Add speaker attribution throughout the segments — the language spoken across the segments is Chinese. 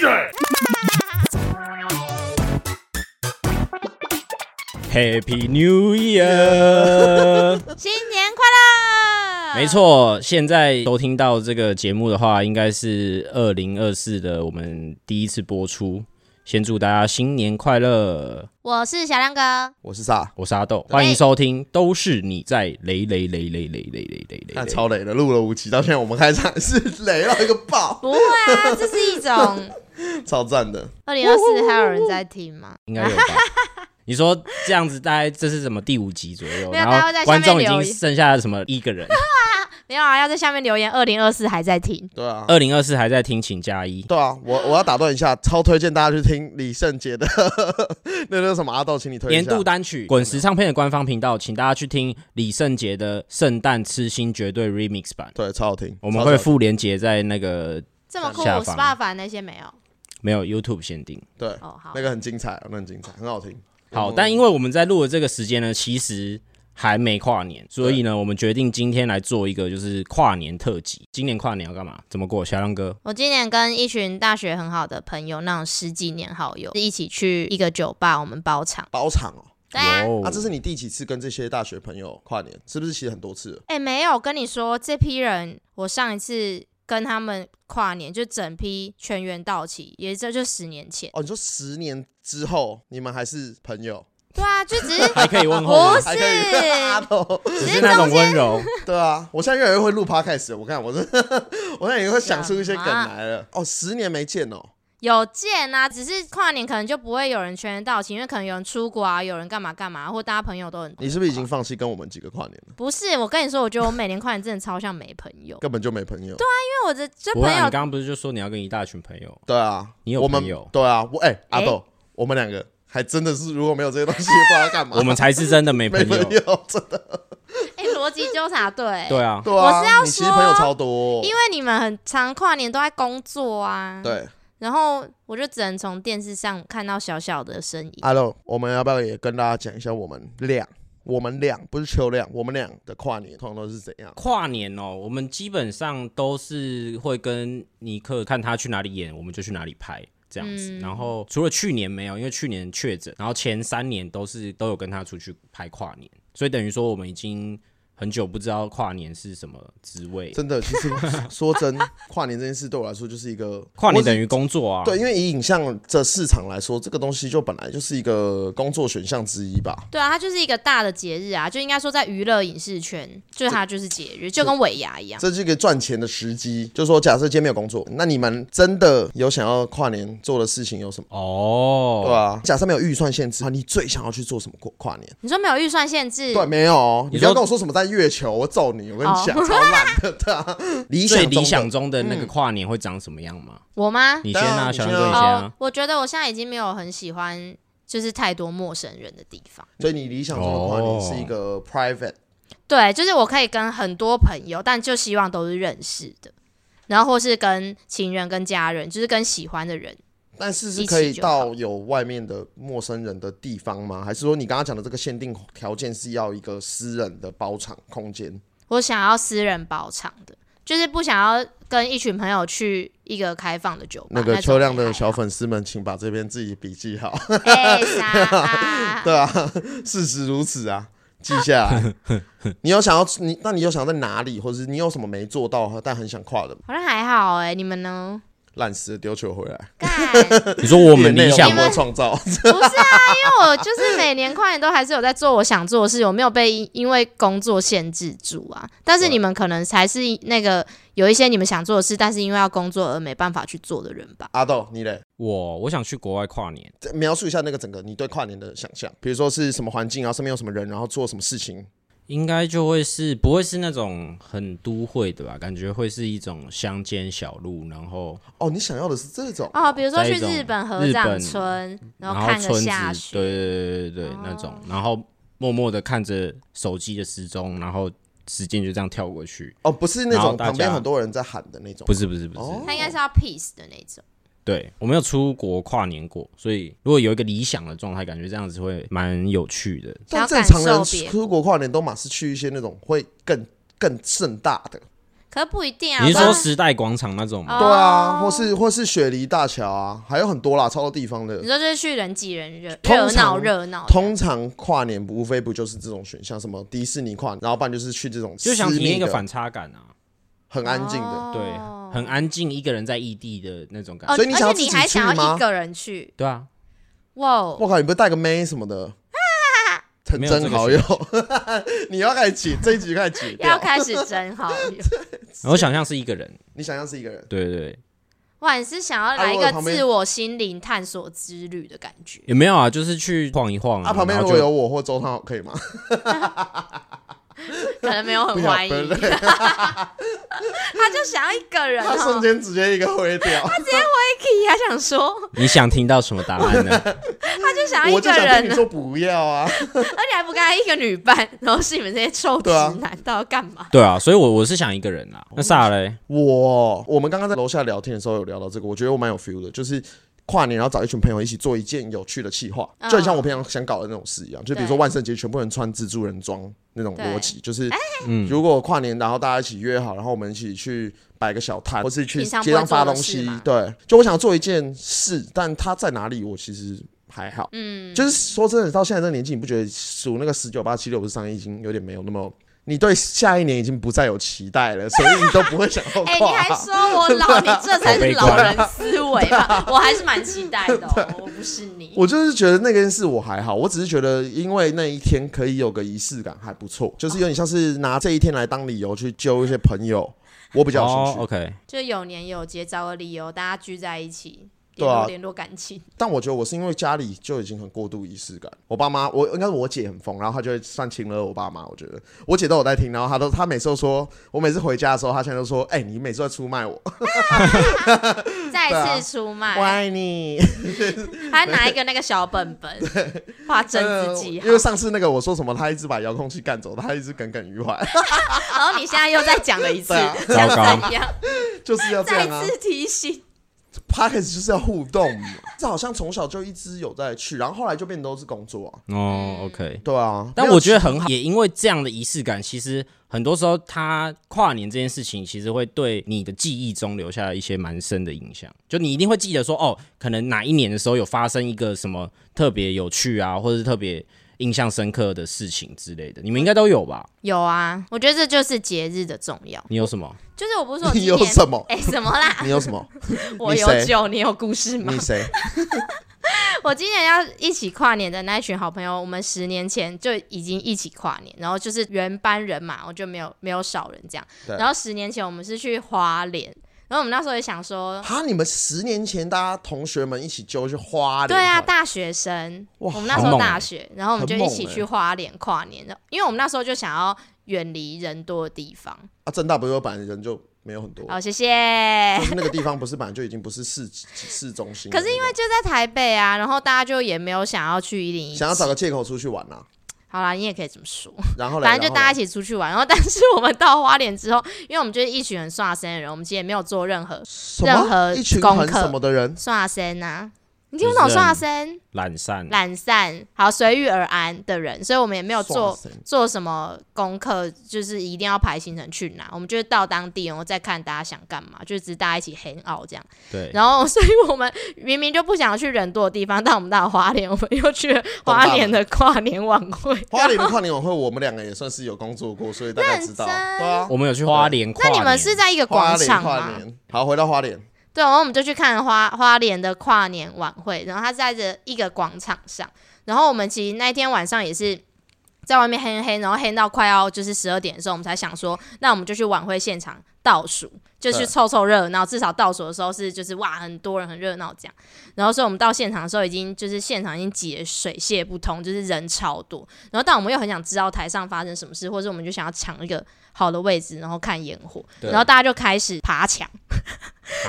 Speaker 1: 嘴！
Speaker 2: Happy New Year！
Speaker 3: 新年快乐！
Speaker 2: 没，错，现在收听到这个节目的话，应该是二零二四的我们第一次播出。先祝大家新年快乐！
Speaker 3: 我是小亮哥，
Speaker 4: 我是啥？
Speaker 2: 我是阿豆，欢迎收听，都是你在雷雷雷雷雷雷雷雷雷
Speaker 4: 那
Speaker 2: 雷。
Speaker 4: 超雷的，录了五集，到现在我们开场是雷到一个 爆，
Speaker 3: 不会啊，这是一种
Speaker 4: 超赞的。
Speaker 3: 二零二四还有人在听吗？
Speaker 2: 应该有吧？你说这样子，大概这是什么第五集左右？
Speaker 3: 没有大家会
Speaker 2: 然
Speaker 3: 在
Speaker 2: 后
Speaker 3: 下面
Speaker 2: 观
Speaker 3: 留
Speaker 2: 众
Speaker 3: 言
Speaker 2: 已经剩下什么一个人？
Speaker 3: 没有啊，要在下面留言，二零二四还在听。
Speaker 4: 对啊，
Speaker 2: 二零二四还在听，请加一。
Speaker 4: 对啊，我我要打断一下，超推荐大家去听李圣杰的 那个什么阿豆，请你推一
Speaker 2: 年
Speaker 4: 下
Speaker 2: 度。单曲滚石唱片的官方频道，请大家去听李圣杰的《圣诞痴心绝对 Remix 版》，
Speaker 4: 对，超好听。
Speaker 2: 我们
Speaker 4: 超
Speaker 2: 会
Speaker 4: 屌
Speaker 2: 附连接在那个
Speaker 3: 这么酷
Speaker 2: 下
Speaker 3: ，SPA
Speaker 2: 方
Speaker 3: 法凡那些没有
Speaker 2: 没有 YouTube 限定。
Speaker 4: 对
Speaker 3: 哦，好
Speaker 4: 那，个很精彩，啊那很精彩，很好听。
Speaker 2: 好，但因为我们在录的这个时间呢，其实还没跨年，所以呢，我们决定今天来做一个就是跨年特辑。今年跨年要干嘛？怎么过？小亮哥，
Speaker 3: 我今年跟一群大学很好的朋友，那种十几年好友，一起去一个酒吧，我们包场。
Speaker 4: 包场哦，
Speaker 3: 对啊，
Speaker 2: 哇哦
Speaker 4: 啊，这是你第几次跟这些大学朋友跨年？是不是其实很多次了？
Speaker 3: 哎、没有跟你说，这批人我上一次跟他们跨年，就整批全员到齐，也这就十年前。
Speaker 4: 哦，你说十年之后你们还是朋友，
Speaker 3: 对啊，就只是
Speaker 2: 还可以问候
Speaker 3: 不
Speaker 2: 吗，
Speaker 4: 还可以 阿
Speaker 3: 是，
Speaker 4: 豆。
Speaker 3: 只
Speaker 2: 只
Speaker 3: 是
Speaker 2: 是那
Speaker 3: 中
Speaker 2: 种
Speaker 3: 间
Speaker 2: 温柔。
Speaker 4: 对啊，我现在越来越会录 podcast，了我看我这， 我现在也会想出一些梗
Speaker 3: 干嘛
Speaker 4: 来了。哦，十年没见哦，
Speaker 3: 有见啊，只是跨年可能就不会有人全员到齐，因为可能有人出国啊，有人干嘛干嘛，或大家朋友都很。
Speaker 4: 你是不是已经放弃跟我们几个跨年了？
Speaker 3: 不是？我跟你说，我觉得我每年跨年真的超像没朋 友，因
Speaker 4: 根本就没朋友。
Speaker 3: 为我的这
Speaker 2: 不
Speaker 3: 朋
Speaker 2: 会啊，
Speaker 3: 友
Speaker 2: 你刚刚不是就说你要跟一大群朋友？
Speaker 4: 对啊，
Speaker 2: 你有
Speaker 4: 我们
Speaker 2: 朋友
Speaker 4: 对啊，我哎、阿
Speaker 3: 哎
Speaker 4: 豆，我们两个还真的是如果没有这些东西，不知道干 嘛。
Speaker 2: 我们才是真的没朋
Speaker 4: 没朋
Speaker 2: 友。
Speaker 4: 友，真的
Speaker 3: 哎，逻辑纠察队。
Speaker 2: 对啊，
Speaker 4: 对啊。
Speaker 3: 我是要
Speaker 4: 你其实
Speaker 3: 说
Speaker 4: 朋友超多，
Speaker 3: 因为你们很常跨年都在工作啊，，
Speaker 4: 对
Speaker 3: 然后我就只能从电视上看到小小的身影。
Speaker 4: 阿豆，我们要不要也跟大家讲一下我们俩，我们俩不是秋亮，我们俩的跨年通常都是怎样？
Speaker 2: 跨年哦，我们基本上都是会跟尼克看他去哪里演，我们就去哪里拍这样子。然后除了去年没有，因为去年确诊，然后前三年都是都有跟他出去拍跨年，所以等于说我们已经很久不知道跨年是什么滋味。
Speaker 4: 真的，其实说 真，跨年这件事对我来说就是一个
Speaker 2: 跨年
Speaker 4: 我只
Speaker 2: 等于工作啊，
Speaker 4: 对，，因为以影像这市场来说，这个东西就本来就是一个工作选项之一吧。
Speaker 3: 对啊，它就是一个大的节日啊，就应该说在娱乐影视圈，就是它就是节日，就跟尾牙一样。
Speaker 4: 这是一个赚钱的时机，就是说，假设今天没有工作，那你们真的有想要跨年做的事情有什么？
Speaker 2: 哦，
Speaker 4: 对啊，假设没有预算限制，啊，你最想要去做什么跨跨年？
Speaker 3: 你说没有预算限制，
Speaker 4: 对，没有哦，
Speaker 2: 嗯你
Speaker 4: 你不要
Speaker 2: 说
Speaker 4: 跟我说什么在月球，我揍你！我跟你
Speaker 3: 哦
Speaker 4: 讲， 超烂的，对啊，理想
Speaker 2: 最
Speaker 4: 中的
Speaker 2: 理想中的那个跨年会长什么样吗？
Speaker 3: 我吗？
Speaker 2: 你先啊，
Speaker 4: 你先
Speaker 2: 小
Speaker 4: 啊
Speaker 2: 亮哥你先
Speaker 3: 哦
Speaker 2: 啊，，
Speaker 3: 我觉得我现在已经没有很喜欢，就是太多陌生人的地方。
Speaker 4: 所以你理想中的跨年
Speaker 2: 哦
Speaker 4: 是一个 private，
Speaker 3: 对，就是我可以跟很多朋友，但就希望都是认识的，然后或是跟情人、跟家人，就是跟喜欢的人。
Speaker 4: 但是
Speaker 3: 一
Speaker 4: 是
Speaker 3: 起
Speaker 4: 可以
Speaker 3: 就好
Speaker 4: 到有外面的陌生人的地方吗？还是说你刚刚讲的这个限定条件是要一个私人的包场空间？
Speaker 3: 我想要私人包场的，就是不想要跟一群朋友去一个开放的酒吧。
Speaker 4: 那个
Speaker 3: 啊种
Speaker 4: 秋亮
Speaker 3: 还
Speaker 4: 的
Speaker 3: 好
Speaker 4: 小粉丝们，请把这边自己笔记好。
Speaker 3: 哎啥啊
Speaker 4: 对啊， 事实如此啊，记 下来。你有想要你，那你有想要在哪里，或者是你有什么没做到但很想跨的，
Speaker 3: 好像还好哎、你们 呢？
Speaker 4: 烂死了丢球回来，
Speaker 3: 干，
Speaker 2: 你说我们
Speaker 4: 内
Speaker 2: 理
Speaker 4: 容
Speaker 2: 想
Speaker 4: 有没有创造？
Speaker 3: 不是啊，因为我就是每年跨年都还是有在做我想做的事，我没有被因因为工作限制住啊。但是
Speaker 4: 对
Speaker 3: 你们可能才是那个有一些你们想做的事，但是因为要工作而没办法去做的人吧。
Speaker 4: 阿豆，你嘞？
Speaker 2: 我我想去国外跨年。
Speaker 4: 这描述一下那个整个你对跨年的想象，比如说是什么环境，然后身边有什么人，然后做什么事情。
Speaker 2: 应该就会是不会是那种很都会的吧？感觉会是一种乡间小路，然后
Speaker 4: 哦，你想要的是这种，
Speaker 3: 哦，比如说
Speaker 2: 在一
Speaker 3: 去
Speaker 2: 种
Speaker 3: 日本合
Speaker 2: 日
Speaker 3: 掌
Speaker 2: 本
Speaker 3: 村，然
Speaker 2: 然
Speaker 3: 后
Speaker 2: 后
Speaker 3: 看个
Speaker 2: 村
Speaker 3: 下
Speaker 2: 子，
Speaker 3: 雪，
Speaker 2: 对对对对对、那种，然后默默的看着手机的时钟，然后时间就这样跳过去。
Speaker 4: 哦，不是那
Speaker 2: 然
Speaker 4: 种
Speaker 2: 后大家
Speaker 4: 旁边很多人在喊的那种，
Speaker 2: 不是不是不是，
Speaker 4: 哦
Speaker 3: 它应该是要 peace 的那种。
Speaker 2: 对我没有出国跨年过，所以如果有一个理想的状态，感觉这样子会蛮有趣的。
Speaker 4: 但
Speaker 3: 想要
Speaker 4: 正常
Speaker 3: 感
Speaker 4: 人
Speaker 3: 受别
Speaker 4: 出国跨年都嘛是去一些那种会更更盛大的，
Speaker 3: 可不一定啊。
Speaker 2: 你是
Speaker 3: 不
Speaker 2: 说
Speaker 3: 然
Speaker 2: 时代广场那种
Speaker 3: 哦
Speaker 2: 吗？
Speaker 4: 对啊，或是或是雪梨大桥啊，还有很多啦，超多地方的
Speaker 3: 你。说就是去人挤人热
Speaker 4: 通
Speaker 3: 热闹
Speaker 4: 常
Speaker 3: 热闹的，
Speaker 4: 通常跨年不无非不就是这种选项，什么迪士尼跨年，然后不然就是去这种
Speaker 2: 就想
Speaker 4: 私
Speaker 2: 体验一
Speaker 4: 密
Speaker 2: 个
Speaker 4: 的、
Speaker 2: 反差感啊，
Speaker 4: 很安静的。
Speaker 2: 对，很安静，一个人在异地的那种感觉。
Speaker 3: 哦，
Speaker 4: 所以你想
Speaker 3: 而
Speaker 4: 要
Speaker 3: 且你
Speaker 4: 自己
Speaker 3: 还
Speaker 4: 去
Speaker 3: 想要
Speaker 4: 吗
Speaker 3: 一个人去，
Speaker 2: 对啊，
Speaker 3: 哇哦，
Speaker 4: 我靠，你不带个妹什么的？ 成
Speaker 2: 没有这
Speaker 4: 真
Speaker 2: 个
Speaker 4: 好友， 你要开始解这一局开始解
Speaker 3: 要
Speaker 4: 掉。
Speaker 3: 开始真 好友。
Speaker 2: 我想象是一个人，
Speaker 4: 你想象是一个人，
Speaker 2: 对对对，
Speaker 3: 哇，你是想要来一
Speaker 4: 啊如果
Speaker 3: 个
Speaker 4: 旁边
Speaker 3: 自我心灵探索之旅的感觉？
Speaker 2: 也没有啊，就是去晃一晃
Speaker 4: 啊，旁
Speaker 2: 嗯
Speaker 4: 边
Speaker 2: 然
Speaker 4: 如
Speaker 2: 后
Speaker 4: 果
Speaker 2: 就
Speaker 4: 有我或周汤，可以 吗？
Speaker 3: 可能没有
Speaker 4: 不
Speaker 3: 很
Speaker 4: 想
Speaker 3: 欢迎，
Speaker 4: 分类
Speaker 3: 他就想要一个人
Speaker 4: 他
Speaker 3: 哦
Speaker 4: 瞬。间直接一个 挥掉，
Speaker 3: Vicky 还想说，
Speaker 2: 你想听到什么答案 呢？
Speaker 3: 他就想要一
Speaker 4: 我就
Speaker 3: 个
Speaker 4: 想
Speaker 3: 人
Speaker 4: 跟你
Speaker 3: 呢，
Speaker 4: 说不要啊。
Speaker 3: 而且还不跟他一个女伴，然后是你们这些臭直
Speaker 4: 对啊
Speaker 3: 男，到底要干嘛？
Speaker 2: 对啊，所以我我是想一个人啦。那啥嘞？
Speaker 4: 我我们刚刚在楼下聊天的时候有聊到这个，我觉得我蛮有 feel 的，就是跨年然后找一群朋友一起做一件有趣的企划，
Speaker 3: 嗯
Speaker 4: 就很像我平常想搞的那种事一样，就比如说
Speaker 3: 对
Speaker 4: 万圣节全部人穿蜘蛛人装那种
Speaker 3: 对哎
Speaker 4: 逻辑，就是
Speaker 2: 嗯
Speaker 4: 如果跨年然后大家一起约好，然后我们一起去摆个小摊，或是去
Speaker 3: 平常不
Speaker 4: 街上
Speaker 3: 会做的
Speaker 4: 发东
Speaker 3: 事
Speaker 4: 西
Speaker 3: 嘛，
Speaker 4: 对，就我想做一件事，但它在哪里我其实还好，
Speaker 3: 嗯，
Speaker 4: 就是说真的，到现在这个年纪，你不觉得数那个十九八七六不是上已经有点没有那么。你对下一年已经不再有期待了，所以你都不会想要跨。
Speaker 3: 哎、你还说我老，你这才是老
Speaker 4: 啊
Speaker 3: 人思维吧？我还是蛮期待的、哦，我不是你。
Speaker 4: 我就是觉得那件事我还好，我只是觉得因为那一天可以有个仪式感还不错，就是有点像是拿这一天来当理由去揪一些 朋友，我比较有兴
Speaker 2: 哦
Speaker 4: 趣。
Speaker 2: ，OK，
Speaker 3: 就有年有节，找个理由大家聚在一起，
Speaker 4: 对
Speaker 3: 联
Speaker 4: 啊
Speaker 3: 络联络感情。
Speaker 4: 但我觉得我是因为家里就已经很过度仪式感，我爸妈我应该是我姐很疯，然后她就会算亲了我爸妈。我觉得我姐都有在听，然后她都她每次都说，我每次回家的时候，她现在都说，哎、你每次都在出卖我，啊
Speaker 3: 再次出卖，
Speaker 4: 我爱你。
Speaker 3: 还拿一个那个小本本 画真
Speaker 4: 呃
Speaker 3: 自己好
Speaker 4: 因为上次那个我说什么，她一直把遥控器干走，她一直耿耿于怀，
Speaker 3: 然后你现在又再讲了一次，
Speaker 4: 对啊
Speaker 3: 想
Speaker 2: 糟糕
Speaker 3: 怎样？
Speaker 4: 就是要这
Speaker 3: 再
Speaker 4: 样啊。
Speaker 3: 次提醒，
Speaker 4: p o d c a s 就是要互动嘛，这好像从小就一直有在去，然后后来就变都是工作啊。
Speaker 2: 哦，OK。
Speaker 4: 对啊，
Speaker 2: 但
Speaker 4: 没有
Speaker 2: 我觉得很好，也因为这样的仪式感，其实很多时候他跨年这件事情，其实会对你的记忆中留下一些蛮深的影响。就你一定会记得说，哦，可能哪一年的时候有发生一个什么特别有趣啊，或者是特别印象深刻的事情之类的。你们应该都有吧？
Speaker 3: 有啊，我觉得这就是节日的重要。
Speaker 2: 你有什么？
Speaker 3: 就是我不是说
Speaker 4: 你
Speaker 3: 今
Speaker 4: 有
Speaker 3: 年
Speaker 4: 什么？
Speaker 3: 哎、什么 啦？
Speaker 4: 你有什么？
Speaker 3: 我
Speaker 4: 你
Speaker 3: 有
Speaker 4: 谁
Speaker 3: 酒，你有故事吗
Speaker 4: 你？谁？
Speaker 3: 我今年要一起跨年的那一群好朋友，我们十年前就已经一起跨年，然后就是原班人马，我就没有没有少人这样。
Speaker 4: 对
Speaker 3: 然后十年前我们是去花莲，然后我们那时候也想说，
Speaker 4: 哈，你们十年前大家同学们一起揪去花莲，
Speaker 3: 对啊，，大学生，
Speaker 4: 哇
Speaker 3: 我们那时
Speaker 2: 好
Speaker 3: 候
Speaker 2: 猛
Speaker 3: 大
Speaker 2: 欸
Speaker 3: 学，然后我们就
Speaker 4: 很
Speaker 3: 一
Speaker 4: 猛
Speaker 3: 起
Speaker 4: 欸
Speaker 3: 去花莲跨年，因为我们那时候就想要远离人多的地方。
Speaker 4: 啊，正大不是有本来人就没有很多，
Speaker 3: 好，谢谢
Speaker 4: 就。是那个地方不是本来就已经不是市市中心的
Speaker 3: 可
Speaker 4: 那种，
Speaker 3: 是因为就在台北啊，然后大家就也没有想要去一零一。
Speaker 4: 想要找个借口出去玩啊，
Speaker 3: 好啦，你也可以这么说。
Speaker 4: 然后嘞
Speaker 3: 反正就大家一
Speaker 4: 然后嘞
Speaker 3: 起出去玩，然后但是我们到花莲之后，因为我们就是一群很刷身的人，我们其实也没有做任何
Speaker 4: 什
Speaker 3: 任何
Speaker 4: 么一群
Speaker 3: 功
Speaker 4: 很
Speaker 3: 课
Speaker 4: 什么的人，
Speaker 3: 刷身啊，你听不懂
Speaker 2: 就是
Speaker 3: 刷身、
Speaker 2: 懒散，
Speaker 3: 懒散、好随遇而安的人，所以我们也没有
Speaker 4: 哇
Speaker 3: 做
Speaker 4: 塞
Speaker 3: 做什么功课，就是一定要排行程去哪，我们就是到当地，然后再看大家想干嘛，就只是大家一起 hang out 这样。
Speaker 2: 对，
Speaker 3: 然后，所以我们明明就不想去人多的地方，但我们到了花莲，我们又去了花莲的跨年晚会。
Speaker 4: 花莲的跨年晚会，我们两个也算是有工作过，所以大概知道，
Speaker 3: 认真
Speaker 4: 对啊。
Speaker 2: 我们有去花莲跨
Speaker 3: 那
Speaker 2: 年。
Speaker 3: 你们是在一个
Speaker 4: 花
Speaker 3: 广
Speaker 4: 莲
Speaker 3: 场
Speaker 4: 跨
Speaker 3: 吗？
Speaker 4: 年，好，回到花莲，
Speaker 3: 对，然后我们就去看花花莲的跨年晚会，然后它在这一个广场上，然后我们其实那一天晚上也是在外面黑黑，然后黑到快要就是十二点的时候，我们才想说，那我们就去晚会现场倒数，就去
Speaker 4: 对
Speaker 3: 凑凑热闹，至少倒数的时候是就是哇很多人很热闹这样，然后所以我们到现场的时候已经就是现场已经挤得水泄不通，就是人超多，然后但我们又很想知道台上发生什么事，或者我们就想要抢一个好的位置，然后看烟火，
Speaker 2: 对
Speaker 3: 然后大家就开始爬墙。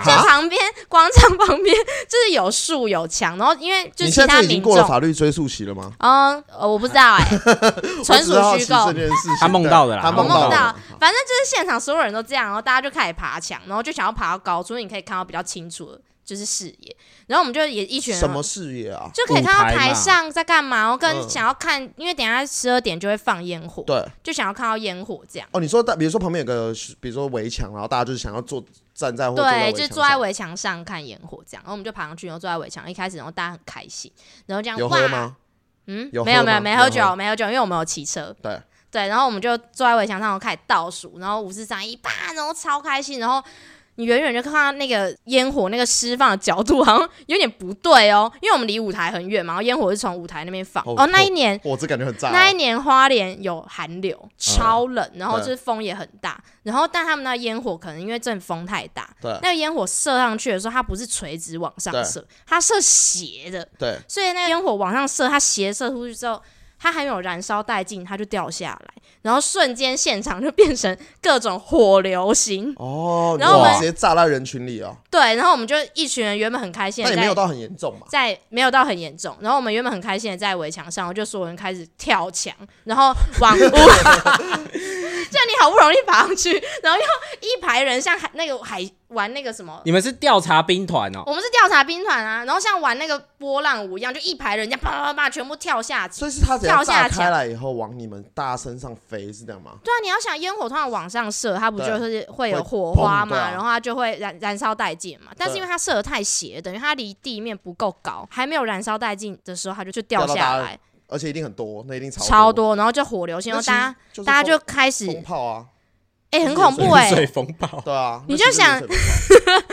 Speaker 3: 就
Speaker 4: 啊
Speaker 3: 旁边广场旁边就是有树有墙，然后因为就
Speaker 4: 你
Speaker 3: 其
Speaker 4: 现在
Speaker 3: 他
Speaker 4: 这已经
Speaker 3: 民
Speaker 4: 过了
Speaker 3: 众，
Speaker 4: 法律追溯期了吗？
Speaker 3: 嗯，呃我不知 道哎、 纯属
Speaker 4: 我只是好
Speaker 3: 虚
Speaker 4: 奇
Speaker 3: 构
Speaker 4: 这。件事情
Speaker 2: 他梦到的啦
Speaker 4: 他
Speaker 3: 我
Speaker 4: 梦
Speaker 3: 梦到，
Speaker 4: 的
Speaker 3: 了，反正就是现场所有人都这样，然后大家就开始爬墙，然后就想要爬到高处，因为你可以看到比较清楚的，就是视野，然后我们就也一群人
Speaker 4: 什么视野啊？
Speaker 3: 就可以看到
Speaker 2: 舞台嘛
Speaker 3: 台上在干嘛，然后跟
Speaker 4: 嗯
Speaker 3: 想要看，因为等一下十二点就会放烟火，
Speaker 4: 对，
Speaker 3: 就想要看到烟火这样。
Speaker 4: 哦，你说大，比如说旁边有个，比如说围墙，然后大家就是想要坐站在或坐在
Speaker 3: 对，
Speaker 4: 围
Speaker 3: 就是
Speaker 4: 墙
Speaker 3: 坐在
Speaker 4: 上
Speaker 3: 围墙上看烟火这样，然后我们就爬上去，然后坐在围墙。一开始，然后大家很开心，然后这样
Speaker 4: 有喝
Speaker 3: 哇，
Speaker 4: 吗？
Speaker 3: 嗯，
Speaker 4: 有喝
Speaker 3: 没有没有
Speaker 4: 吗
Speaker 3: 没
Speaker 4: 有
Speaker 3: 喝
Speaker 4: 喝
Speaker 3: 酒，没喝酒，因为我们有骑车。
Speaker 4: 对
Speaker 3: 对，然后我们就坐在围墙上，然后开始倒数，然后五四三一吧，然后超开心，然后。你远远就看到那个烟火那个释放的角度好像有点不对哦，因为我们离舞台很远嘛，然后烟火是从舞台那边放。
Speaker 4: 好
Speaker 3: 哦，那
Speaker 4: 好
Speaker 3: 一年
Speaker 4: 我这感觉很炸、
Speaker 3: 那一
Speaker 4: 哦。嗯
Speaker 3: 年花莲有寒流，超冷，然后就是风也很大，然后但他们那烟火可能因为阵风太大，
Speaker 4: 对
Speaker 3: 那个烟火射上去的时候，它不是垂直往上
Speaker 4: 嗯对
Speaker 3: 射，它射斜的，
Speaker 4: 对，
Speaker 3: 所以那个烟火往上射，它斜射出去之后，它还没有燃烧殆尽，它就掉下来，然后瞬间现场就变成各种火流星，
Speaker 4: 哦，
Speaker 3: 然后
Speaker 2: 我
Speaker 4: 你
Speaker 2: 们
Speaker 4: 说直接炸在人群里哦，
Speaker 3: 对，然后我们就一群人原本很开心
Speaker 4: 那
Speaker 3: 的
Speaker 4: 也没
Speaker 3: 在。
Speaker 4: 有到很严重嘛。
Speaker 3: 在没有到很严重，然后我们原本很开心的在围墙上，就所有人开始跳墙，然后往屋， 就你好不容易爬上去，然后又一排人像海那个海玩那个什么
Speaker 2: 你们是调查兵团哦、
Speaker 3: 我们是调查兵团啊，然后像玩那个波浪舞一样，就一排人家啪啪啪啪全部跳下去。
Speaker 4: 所以是他只
Speaker 3: 跳
Speaker 4: 要
Speaker 3: 下
Speaker 4: 炸
Speaker 3: 墙
Speaker 4: 开来以后往你们大家身上飞，是这样吗？
Speaker 3: 对啊，你要想烟火通常往上射，它不
Speaker 4: 对
Speaker 3: 就是会有
Speaker 4: 会
Speaker 3: 火花
Speaker 4: 砰对
Speaker 3: 嘛，
Speaker 4: 啊
Speaker 3: 然后它就会燃燃烧殆尽嘛。但是因为它射的太斜，等于它离地面不够高，还没有燃烧殆尽的时候，它就就掉
Speaker 4: 掉
Speaker 3: 下
Speaker 4: 到大
Speaker 3: 来，
Speaker 4: 而且一定很多，那一定超
Speaker 3: 超
Speaker 4: 多。
Speaker 3: 多，然后就火流星，然
Speaker 4: 那
Speaker 3: 后
Speaker 4: 其实
Speaker 3: 大家
Speaker 4: 就
Speaker 3: 大家就
Speaker 4: 是风
Speaker 3: 开始，
Speaker 4: 风炮啊，
Speaker 3: 哎、很恐怖
Speaker 4: 对
Speaker 3: 哎、
Speaker 2: 水风暴，
Speaker 4: 对啊，
Speaker 3: 你
Speaker 4: 那
Speaker 3: 就
Speaker 4: 其实是
Speaker 3: 想
Speaker 4: 水平炮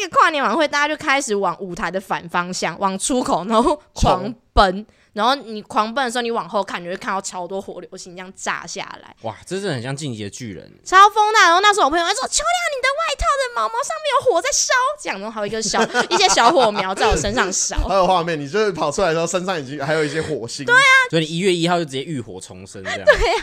Speaker 3: 那个跨年晚会，大家就开始往舞台的反方向，往出口，然后狂
Speaker 4: 冲
Speaker 3: 奔。然后你狂奔的时候，你往后看，你就会看到超多火流星这样炸下来，
Speaker 2: 哇，这真的很像进击的巨人。
Speaker 3: 超疯的。然后那时候我朋友还说：“秋亮，你的外套的毛毛上面有火在烧。”这样，然后还有一个小一些小火苗在我身上烧。
Speaker 4: 还有画面，你就是跑出来的时候，身上已经还有一些火星，对啊，
Speaker 2: 所以你一月一号就直接浴火重生这样。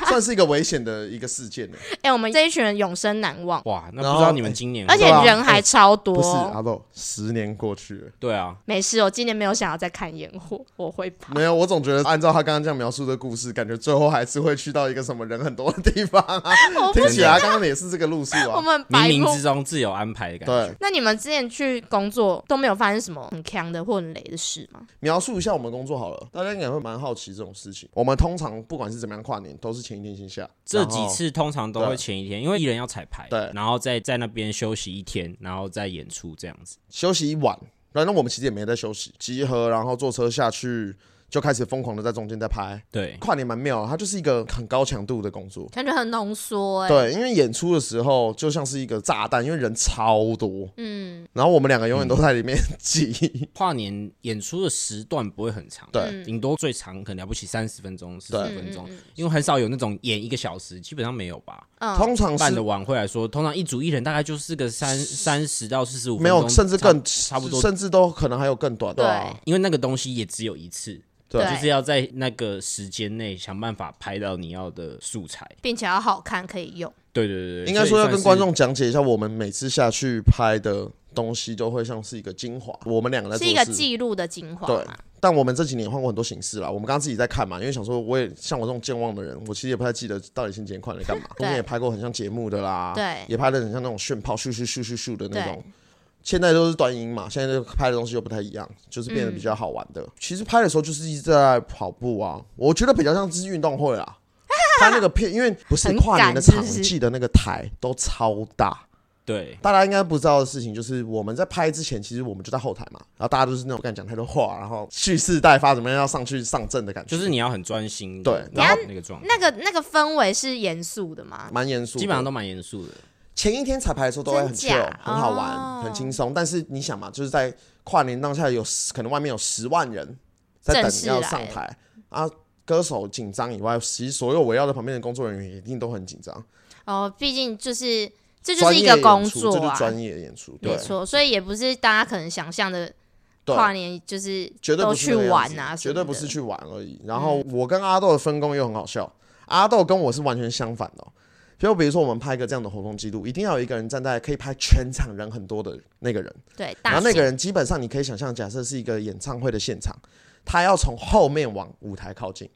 Speaker 4: 算是一个危险的一个事件呢。
Speaker 3: 哎、我们这一群人永生难忘，
Speaker 2: 哇，那
Speaker 4: 然
Speaker 2: 不
Speaker 4: 后
Speaker 2: 知道你们今年，
Speaker 3: 而且
Speaker 4: 对啊
Speaker 3: 人还超多。
Speaker 4: 不是啊阿豆，十年过去了，
Speaker 2: 对啊，
Speaker 3: 没事，我今年没有想要再看烟火，我会怕。
Speaker 4: 没有，我总觉得按照他刚刚这样描述的故事，感觉最后还是会去到一个什么人很多的地方啊。
Speaker 3: 我不
Speaker 4: 听起来刚刚也是这个路数
Speaker 3: 我
Speaker 4: 啊。
Speaker 3: 们很白
Speaker 2: 冥冥
Speaker 3: 目
Speaker 2: 之中自有安排的感觉。
Speaker 4: 对，
Speaker 3: 那你们之前去工作都没有发生什么很强的或很雷的事吗？
Speaker 4: 描述一下我们工作好了，大家应该会蛮好奇这种事情。我们通常不管是怎么样跨年，都是前一天先下。
Speaker 2: 这
Speaker 4: 然
Speaker 2: 几
Speaker 4: 后
Speaker 2: 次通常都会前一天，因为艺人要彩排，
Speaker 4: 对
Speaker 2: 然后再在那边休息一天，然后再演出这样子。
Speaker 4: 休息一晚，反正我们其实也没在休息，集合然后坐车下去，就开始疯狂的在中间在拍。
Speaker 2: 对，
Speaker 4: 跨年蛮妙啊的，它就是一个很高强度的工作。
Speaker 3: 感觉很浓缩哎。
Speaker 4: 对，因为演出的时候就像是一个炸弹，因为人超多，
Speaker 3: 嗯，
Speaker 4: 然后我们两个永远都在里面挤。
Speaker 2: 跨年演出的时段不会很长，
Speaker 4: 对
Speaker 3: 嗯
Speaker 2: 顶多最长可能了不起三十分钟、四
Speaker 4: 对
Speaker 2: 十分钟，因为很少有那种演一个小时，基本上没有吧。
Speaker 3: 嗯，
Speaker 4: 通常
Speaker 2: 办的
Speaker 4: 是
Speaker 2: 晚会来说，通常一组艺人大概就是个三三十到四十五，
Speaker 4: 没有，甚至更
Speaker 2: 差不多
Speaker 4: 甚至都可能还有更短。
Speaker 3: 对
Speaker 4: 啊
Speaker 2: 因为那个东西也只有一次，
Speaker 4: 对
Speaker 2: 就是要在那个时间内想办法拍到你要的素材。
Speaker 3: 并且要好看可以用。
Speaker 2: 对对对，
Speaker 4: 应该说要跟
Speaker 2: 所以算
Speaker 4: 观
Speaker 2: 是
Speaker 4: 众讲解一下，我们每次下去拍的东西都会像是一个精华，我们两个在
Speaker 3: 是
Speaker 4: 做
Speaker 3: 一个
Speaker 4: 事
Speaker 3: 记录的精华
Speaker 4: 对
Speaker 3: 嘛。
Speaker 4: 但我们这几年换过很多形式啦。我们刚刚自己在看嘛，因为想说，我也像我这种健忘的人，我其实也不太记得到底新年快乐干嘛。
Speaker 3: 对
Speaker 4: 中间也拍过很像节目的啦，
Speaker 3: 对
Speaker 4: 也拍的很像那种炫炮，咻咻咻咻咻的那种
Speaker 3: 对。
Speaker 4: 现在都是短影嘛，现在就拍的东西又不太一样，就是变得比较好玩
Speaker 3: 嗯
Speaker 4: 的。其实拍的时候就是一直在跑步啊，我觉得比较像是运动会 啦。拍那个片，因为不是
Speaker 3: 很赶
Speaker 4: 跨年的场
Speaker 3: 是不是
Speaker 4: 记的那个台都超大，
Speaker 2: 对
Speaker 4: 大家应该不知道的事情就是，我们在拍之前，其实我们就在后台嘛，然后大家都是那种不敢讲太多话，然后蓄势待发，怎么样要上去上阵的感
Speaker 2: 就
Speaker 4: 觉，
Speaker 2: 是你要很专心，
Speaker 4: 对
Speaker 2: 然后那个状态，
Speaker 3: 那个那个氛围是严肃的嘛？
Speaker 4: 蛮严肃的。
Speaker 2: 基本上都蛮严肃的。
Speaker 4: 前一天彩排的时候都会很
Speaker 3: 真假
Speaker 4: chill，很好玩，
Speaker 3: 哦
Speaker 4: 很轻松。但是你想嘛，就是在跨年当下有十可能外面有十万人在
Speaker 3: 正
Speaker 4: 等
Speaker 3: 式
Speaker 4: 要
Speaker 3: 来
Speaker 4: 上台啊。歌手紧张以外，其实所有围绕在旁边的工作人员一定都很紧张。
Speaker 3: 哦，毕竟就是这就
Speaker 4: 专
Speaker 3: 是
Speaker 4: 业
Speaker 3: 一
Speaker 4: 演
Speaker 3: 个
Speaker 4: 出
Speaker 3: 工
Speaker 4: 这
Speaker 3: 作
Speaker 4: 就是
Speaker 3: 啊，
Speaker 4: 专业演出，对
Speaker 3: 没错，所以也不是大家可能想象的
Speaker 4: 对，
Speaker 3: 跨年就是
Speaker 4: 绝对
Speaker 3: 都
Speaker 4: 不是
Speaker 3: 去
Speaker 4: 那样
Speaker 3: 玩
Speaker 4: 子
Speaker 3: 啊，
Speaker 4: 绝对不是。去玩而已。然
Speaker 3: 嗯
Speaker 4: 后我跟阿豆的分工又很好笑，阿豆跟我是完全相反的、哦。就比如说我们拍一个这样的活动记录，一定要有一个人站在可以拍全场人很多的那个人，
Speaker 3: 对，
Speaker 4: 然
Speaker 3: 大
Speaker 4: 后那个
Speaker 3: 型
Speaker 4: 人基本上你可以想象，假设是一个演唱会的现场，他要从后面往舞台靠近。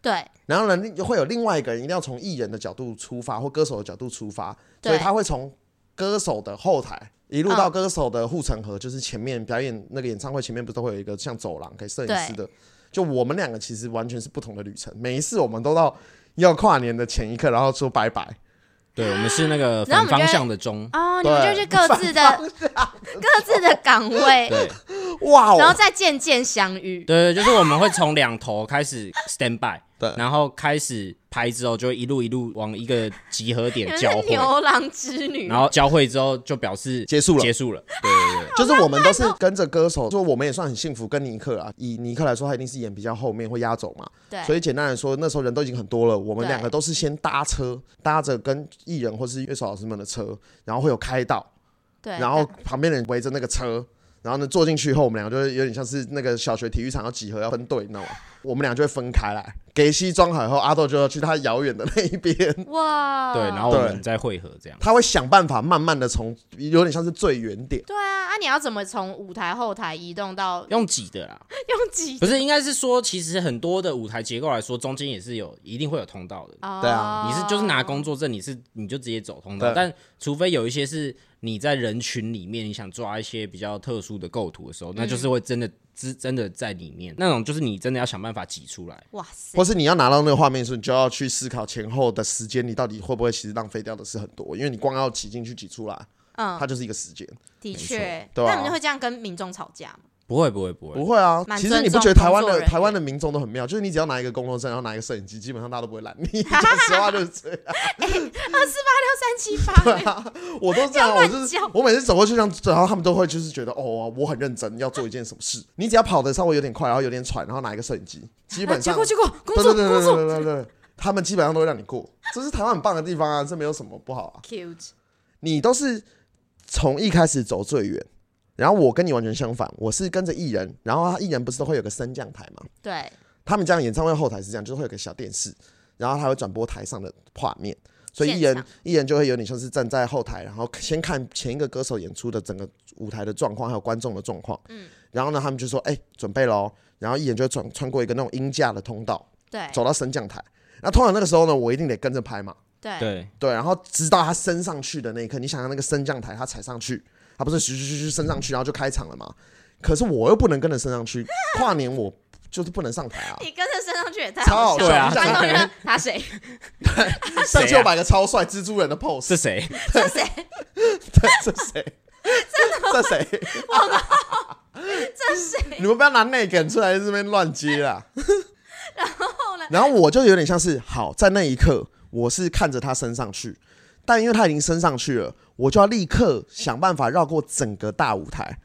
Speaker 3: 对
Speaker 4: 然后呢，会有另外一个人一定要从艺人的角度出发，或歌手的角度出发，所
Speaker 3: 对
Speaker 4: 以
Speaker 3: 嗯
Speaker 4: 他会从歌手的后台一路到歌手的护城河，就是前面表演那个演唱会前面不是都会有一个像走廊给摄影师的？就我们两个其实完全是不同的旅程。每一次我们都到要跨年的前一刻，然后说拜拜。
Speaker 2: 对，我们是那
Speaker 4: 啊
Speaker 2: 个
Speaker 3: 然后我
Speaker 2: 反
Speaker 3: 们就
Speaker 2: 方
Speaker 3: 会
Speaker 2: 向的钟，
Speaker 3: 哦，你们就
Speaker 4: 对
Speaker 3: 去各自的各自的岗位，
Speaker 4: 哎
Speaker 2: 对
Speaker 4: 哇
Speaker 3: 然后
Speaker 4: 哦！
Speaker 3: 再渐渐相遇。
Speaker 2: 对对，就是我们会从两头开始 stand by，
Speaker 4: 对
Speaker 2: 然后开始拍之后，就会一路一路往一个集合
Speaker 3: 你
Speaker 2: 点
Speaker 3: 们是
Speaker 2: 交汇，
Speaker 3: 牛郎织女，
Speaker 2: 然后交汇之后就表示
Speaker 4: 结束了
Speaker 2: 结束了，对对对。
Speaker 4: 就是我们都是跟着歌手，说我们也算很幸福。跟尼克啊，以尼克来说，他一定是演比较后面会压轴嘛。
Speaker 3: 对，
Speaker 4: 所以简单来说，那时候人都已经很多了，我们
Speaker 3: 对
Speaker 4: 两个都是先搭车，搭着跟艺人或是乐手老师们的车，然后会有开道，
Speaker 3: 对，
Speaker 4: 然后旁边的人围着那个车，然后呢坐进去以后，我们两个就会有点像是那个小学体育场要集合要分队，你知道吗？我们俩就会分开来，给西装好以后，阿豆就要去他遥远的那一边，
Speaker 3: 哇，
Speaker 2: 对，然后我
Speaker 4: 对
Speaker 2: 们再汇合这样。
Speaker 4: 他会想办法慢慢的从有点像是最远 点，
Speaker 3: 对啊，啊，你要怎么从舞台后台移动到
Speaker 2: 用挤的啦，
Speaker 3: 用几？
Speaker 2: 不是，应该是说，其实很多的舞台结构来说，中间也是有一定会有通道的。
Speaker 3: 哦
Speaker 4: 对啊
Speaker 2: 你是就是拿工作证，你是你就直接走通道，
Speaker 4: 对
Speaker 2: 但除非有一些是你在人群里面，你想抓一些比较特殊的构图的时候，那就是会真的真真的在里面，那种就是你真的要想办法挤出来。
Speaker 3: 哇塞
Speaker 4: 或，是你要拿到那个画面的时候，你就要去思考前后的时间，你到底会不会其实浪费掉的是很多，因为你光要挤进去挤出来，
Speaker 3: 嗯，
Speaker 4: 它就是一个时间。
Speaker 3: 的确，
Speaker 4: 对啊
Speaker 3: 那你们会这样跟民众吵架吗？
Speaker 2: 不会不会不会，
Speaker 4: 不会啊，
Speaker 3: 蛮
Speaker 4: 其实你
Speaker 3: 尊
Speaker 4: 不
Speaker 3: 重
Speaker 4: 觉得台
Speaker 3: 工
Speaker 4: 湾
Speaker 3: 作
Speaker 4: 的
Speaker 3: 人员
Speaker 4: 台湾的民众都很妙，就是你只要拿一个工作证，然后拿一个摄影机，基本上大家都不会拦你。 讲实 话就是这样，
Speaker 3: 三七八，
Speaker 4: 我都这样，啊我就
Speaker 3: 乱
Speaker 4: 是
Speaker 3: 叫
Speaker 4: 我每次走过去这样，然后他们都会就是觉得哦，我很认真要做一件什么事。你只要跑得稍微有点快，然后有点喘，然后拿一个摄影机， 基本
Speaker 3: 结
Speaker 4: 上
Speaker 3: 果结果工
Speaker 4: 对
Speaker 3: 作
Speaker 4: 对对
Speaker 3: 工
Speaker 4: 对
Speaker 3: 作
Speaker 4: 对对对，他们基本上都会让你过，这是台湾很棒的地方啊，这没有什么不好啊。
Speaker 3: cute，
Speaker 4: 你都是从一开始走最远。然后我跟你完全相反，我是跟着艺人，然后他艺人不是都会有个升降台吗？
Speaker 3: 对，
Speaker 4: 他们这样演唱会后台是这样，就是会有个小电视，然后他会转播台上的画面，所以艺
Speaker 3: 现
Speaker 4: 人
Speaker 3: 场
Speaker 4: 艺人就会有点像是站在后台，然后先看前一个歌手演出的整个舞台的状况，还有观众的状况。嗯，然后呢，他们就说：“哎、准备喽。”然后艺人就会转穿过一个那种音架的通道，
Speaker 3: 对，
Speaker 4: 走到升降台。那通常那个时候呢，我一定得跟着拍嘛。
Speaker 3: 对，
Speaker 2: 对，
Speaker 4: 对，啊然后直到他升上去的那一刻，你想想那个升降台，他踩上去，他不是咻咻咻咻升上去，然后就开场了嘛？可是我又不能跟着升上去，跨年我就是不能上台啊。
Speaker 3: 你跟着升上去也太
Speaker 4: 超
Speaker 3: 好
Speaker 4: 好
Speaker 3: 笑
Speaker 2: 对啊
Speaker 3: 了，观众
Speaker 2: 真
Speaker 3: 觉
Speaker 2: 的
Speaker 3: 得他 谁？
Speaker 4: 上
Speaker 2: 谁
Speaker 4: 去
Speaker 2: 啊
Speaker 4: 我摆个超帅蜘蛛人的 pose，
Speaker 2: 是谁？
Speaker 3: 这谁？
Speaker 4: 对，这谁？这谁？
Speaker 3: 这谁？
Speaker 4: 你们不要拿内梗出来这边乱接 啦。
Speaker 3: 后呢？
Speaker 4: 然后我就有点像是，好，在那一刻我是看着他升上去，但因为他已经升上去了，我就要立刻想办法绕过整个大舞台，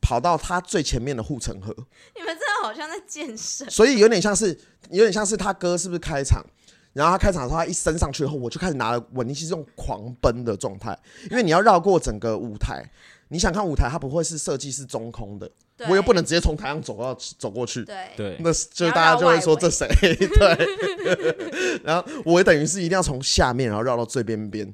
Speaker 4: 跑到他最前面的护城河。
Speaker 3: 你们真的好像在健 身，
Speaker 4: 所以有点像是，有点像是他哥是不是开场？然后他开场的时候，他一升上去后，我就开始拿了稳定器，是这种狂奔的状态，因为你要绕过整个舞台。你想看舞台，它不会是设计是中空的，
Speaker 3: 对
Speaker 4: 我又不能直接从台上走到走过去，
Speaker 3: 对，
Speaker 2: 对，
Speaker 4: 那是就是大家就会说这 谁对。然后我也等于是一定要从下面，然后绕到最边边，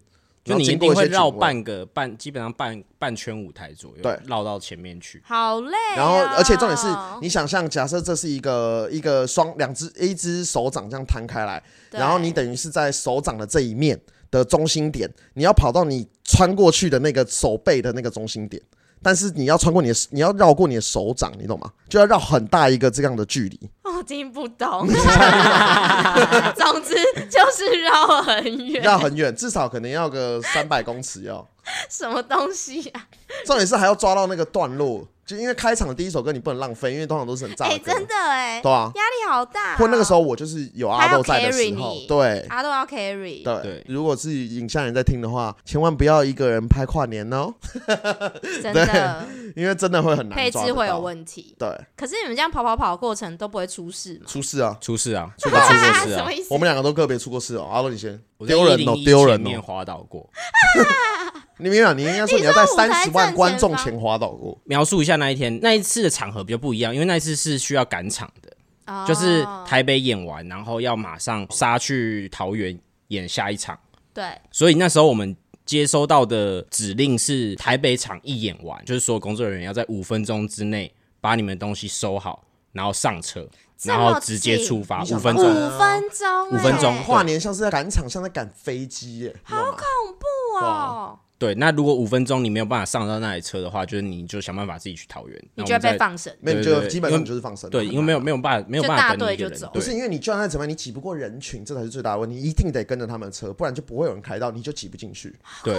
Speaker 2: 就
Speaker 4: 然后
Speaker 2: 你一
Speaker 4: 经
Speaker 2: 定
Speaker 4: 过
Speaker 2: 会
Speaker 4: 些
Speaker 2: 绕
Speaker 4: 警卫
Speaker 2: 半个半，基本上半半圈舞台左右，
Speaker 4: 对
Speaker 2: 绕到前面去。
Speaker 3: 好累哦。
Speaker 4: 然后，而且重点是，你想象，假设这是一个一个双两只一只手掌这样摊开来，
Speaker 3: 对
Speaker 4: 然后你等于是在手掌的这一面的中心点，你要跑到你穿过去的那个手背的那个中心点，但是你要穿过你的，你要绕过你的手掌，你懂吗？就要绕很大一个这样的距离。
Speaker 3: 我哦听不 懂，总之就是绕很远，
Speaker 4: 绕很远，至少可能 要个三百公尺要。
Speaker 3: 什么东西啊？
Speaker 4: 重点是还要抓到那个段落，就因为开场的第一首歌你不能浪费，因为通常都是很炸
Speaker 3: 哎、
Speaker 4: 的歌，
Speaker 3: 真的哎、
Speaker 4: 对啊。
Speaker 3: 压力好大、
Speaker 4: 或那个时
Speaker 3: 候
Speaker 4: 候我哎就是有阿豆在的时
Speaker 3: 还要
Speaker 4: 候
Speaker 3: carry，你
Speaker 4: 对，
Speaker 3: 他都要 carry，
Speaker 4: 对，
Speaker 2: 对
Speaker 4: 如果是影像人在听的话，千万不要一个人拍跨年哦，
Speaker 3: 真的
Speaker 4: 因为真的会很
Speaker 3: 配
Speaker 4: 难抓
Speaker 3: 置
Speaker 4: 得
Speaker 3: 会有
Speaker 4: 到。
Speaker 3: 问题。
Speaker 4: 对，
Speaker 3: 可是你们这样跑跑跑的过程都不会出事吗？
Speaker 4: 出事啊！
Speaker 2: 出事啊， 我
Speaker 4: 出过
Speaker 2: 出
Speaker 4: 事
Speaker 2: 过事
Speaker 3: 什
Speaker 2: 啊
Speaker 3: 么，意思？
Speaker 4: 我们两个都个别出过事哦。阿乐，你先
Speaker 2: 我在
Speaker 4: 丢人哦，
Speaker 2: 101
Speaker 4: 丢人
Speaker 2: 前面
Speaker 4: 哦！
Speaker 2: 滑倒过。
Speaker 4: 你明白？你应该说
Speaker 3: 你
Speaker 4: 要
Speaker 3: 说
Speaker 4: 在
Speaker 3: 舞台
Speaker 4: 三十万
Speaker 3: 正
Speaker 4: 观
Speaker 3: 前
Speaker 4: 众
Speaker 3: 方
Speaker 4: 前滑倒过，
Speaker 2: 描述一下那一天，那一次的场合比较不一样，因为那一次是需要赶场的。
Speaker 3: 哦
Speaker 2: 就是台北演完，然后要马上杀去桃园演下一场，
Speaker 3: 对
Speaker 2: 所以那时候我们接收到的指令是台北场一演完，就是所有工作人员要在五分钟之内把你们的东西收好，然后上车，
Speaker 3: 这
Speaker 2: 然
Speaker 3: 么
Speaker 2: 后直接
Speaker 3: 近
Speaker 2: 出发，
Speaker 4: 你想
Speaker 2: 五分
Speaker 4: 对
Speaker 2: 钟。
Speaker 4: 啊
Speaker 3: 五分钟、欸，
Speaker 2: 五分钟
Speaker 4: 跨年像是在赶场，像在赶飞机耶，好
Speaker 3: 恐怖哦！
Speaker 2: 对，那如果五分钟你没有办法上到那台车的话，就是你就想办法自己去桃园。
Speaker 3: 你
Speaker 2: 那我
Speaker 3: 就会
Speaker 2: 们再
Speaker 3: 被放生。
Speaker 4: 那你
Speaker 2: 对对
Speaker 4: 就
Speaker 2: 对
Speaker 4: 基本
Speaker 2: 因
Speaker 4: 上
Speaker 2: 为
Speaker 4: 就是放生。啊
Speaker 2: 对，因为没有没有办法没有办法
Speaker 3: 就大
Speaker 2: 等你
Speaker 3: 队
Speaker 2: 一个
Speaker 3: 就
Speaker 2: 人，
Speaker 3: 走
Speaker 4: 不
Speaker 2: 对
Speaker 4: 是因为你就算在怎么样，你挤不过人群，这才是最大的问题。你一定得跟着他们的车，不然就不会有人开到，你就挤不进去。
Speaker 2: 对，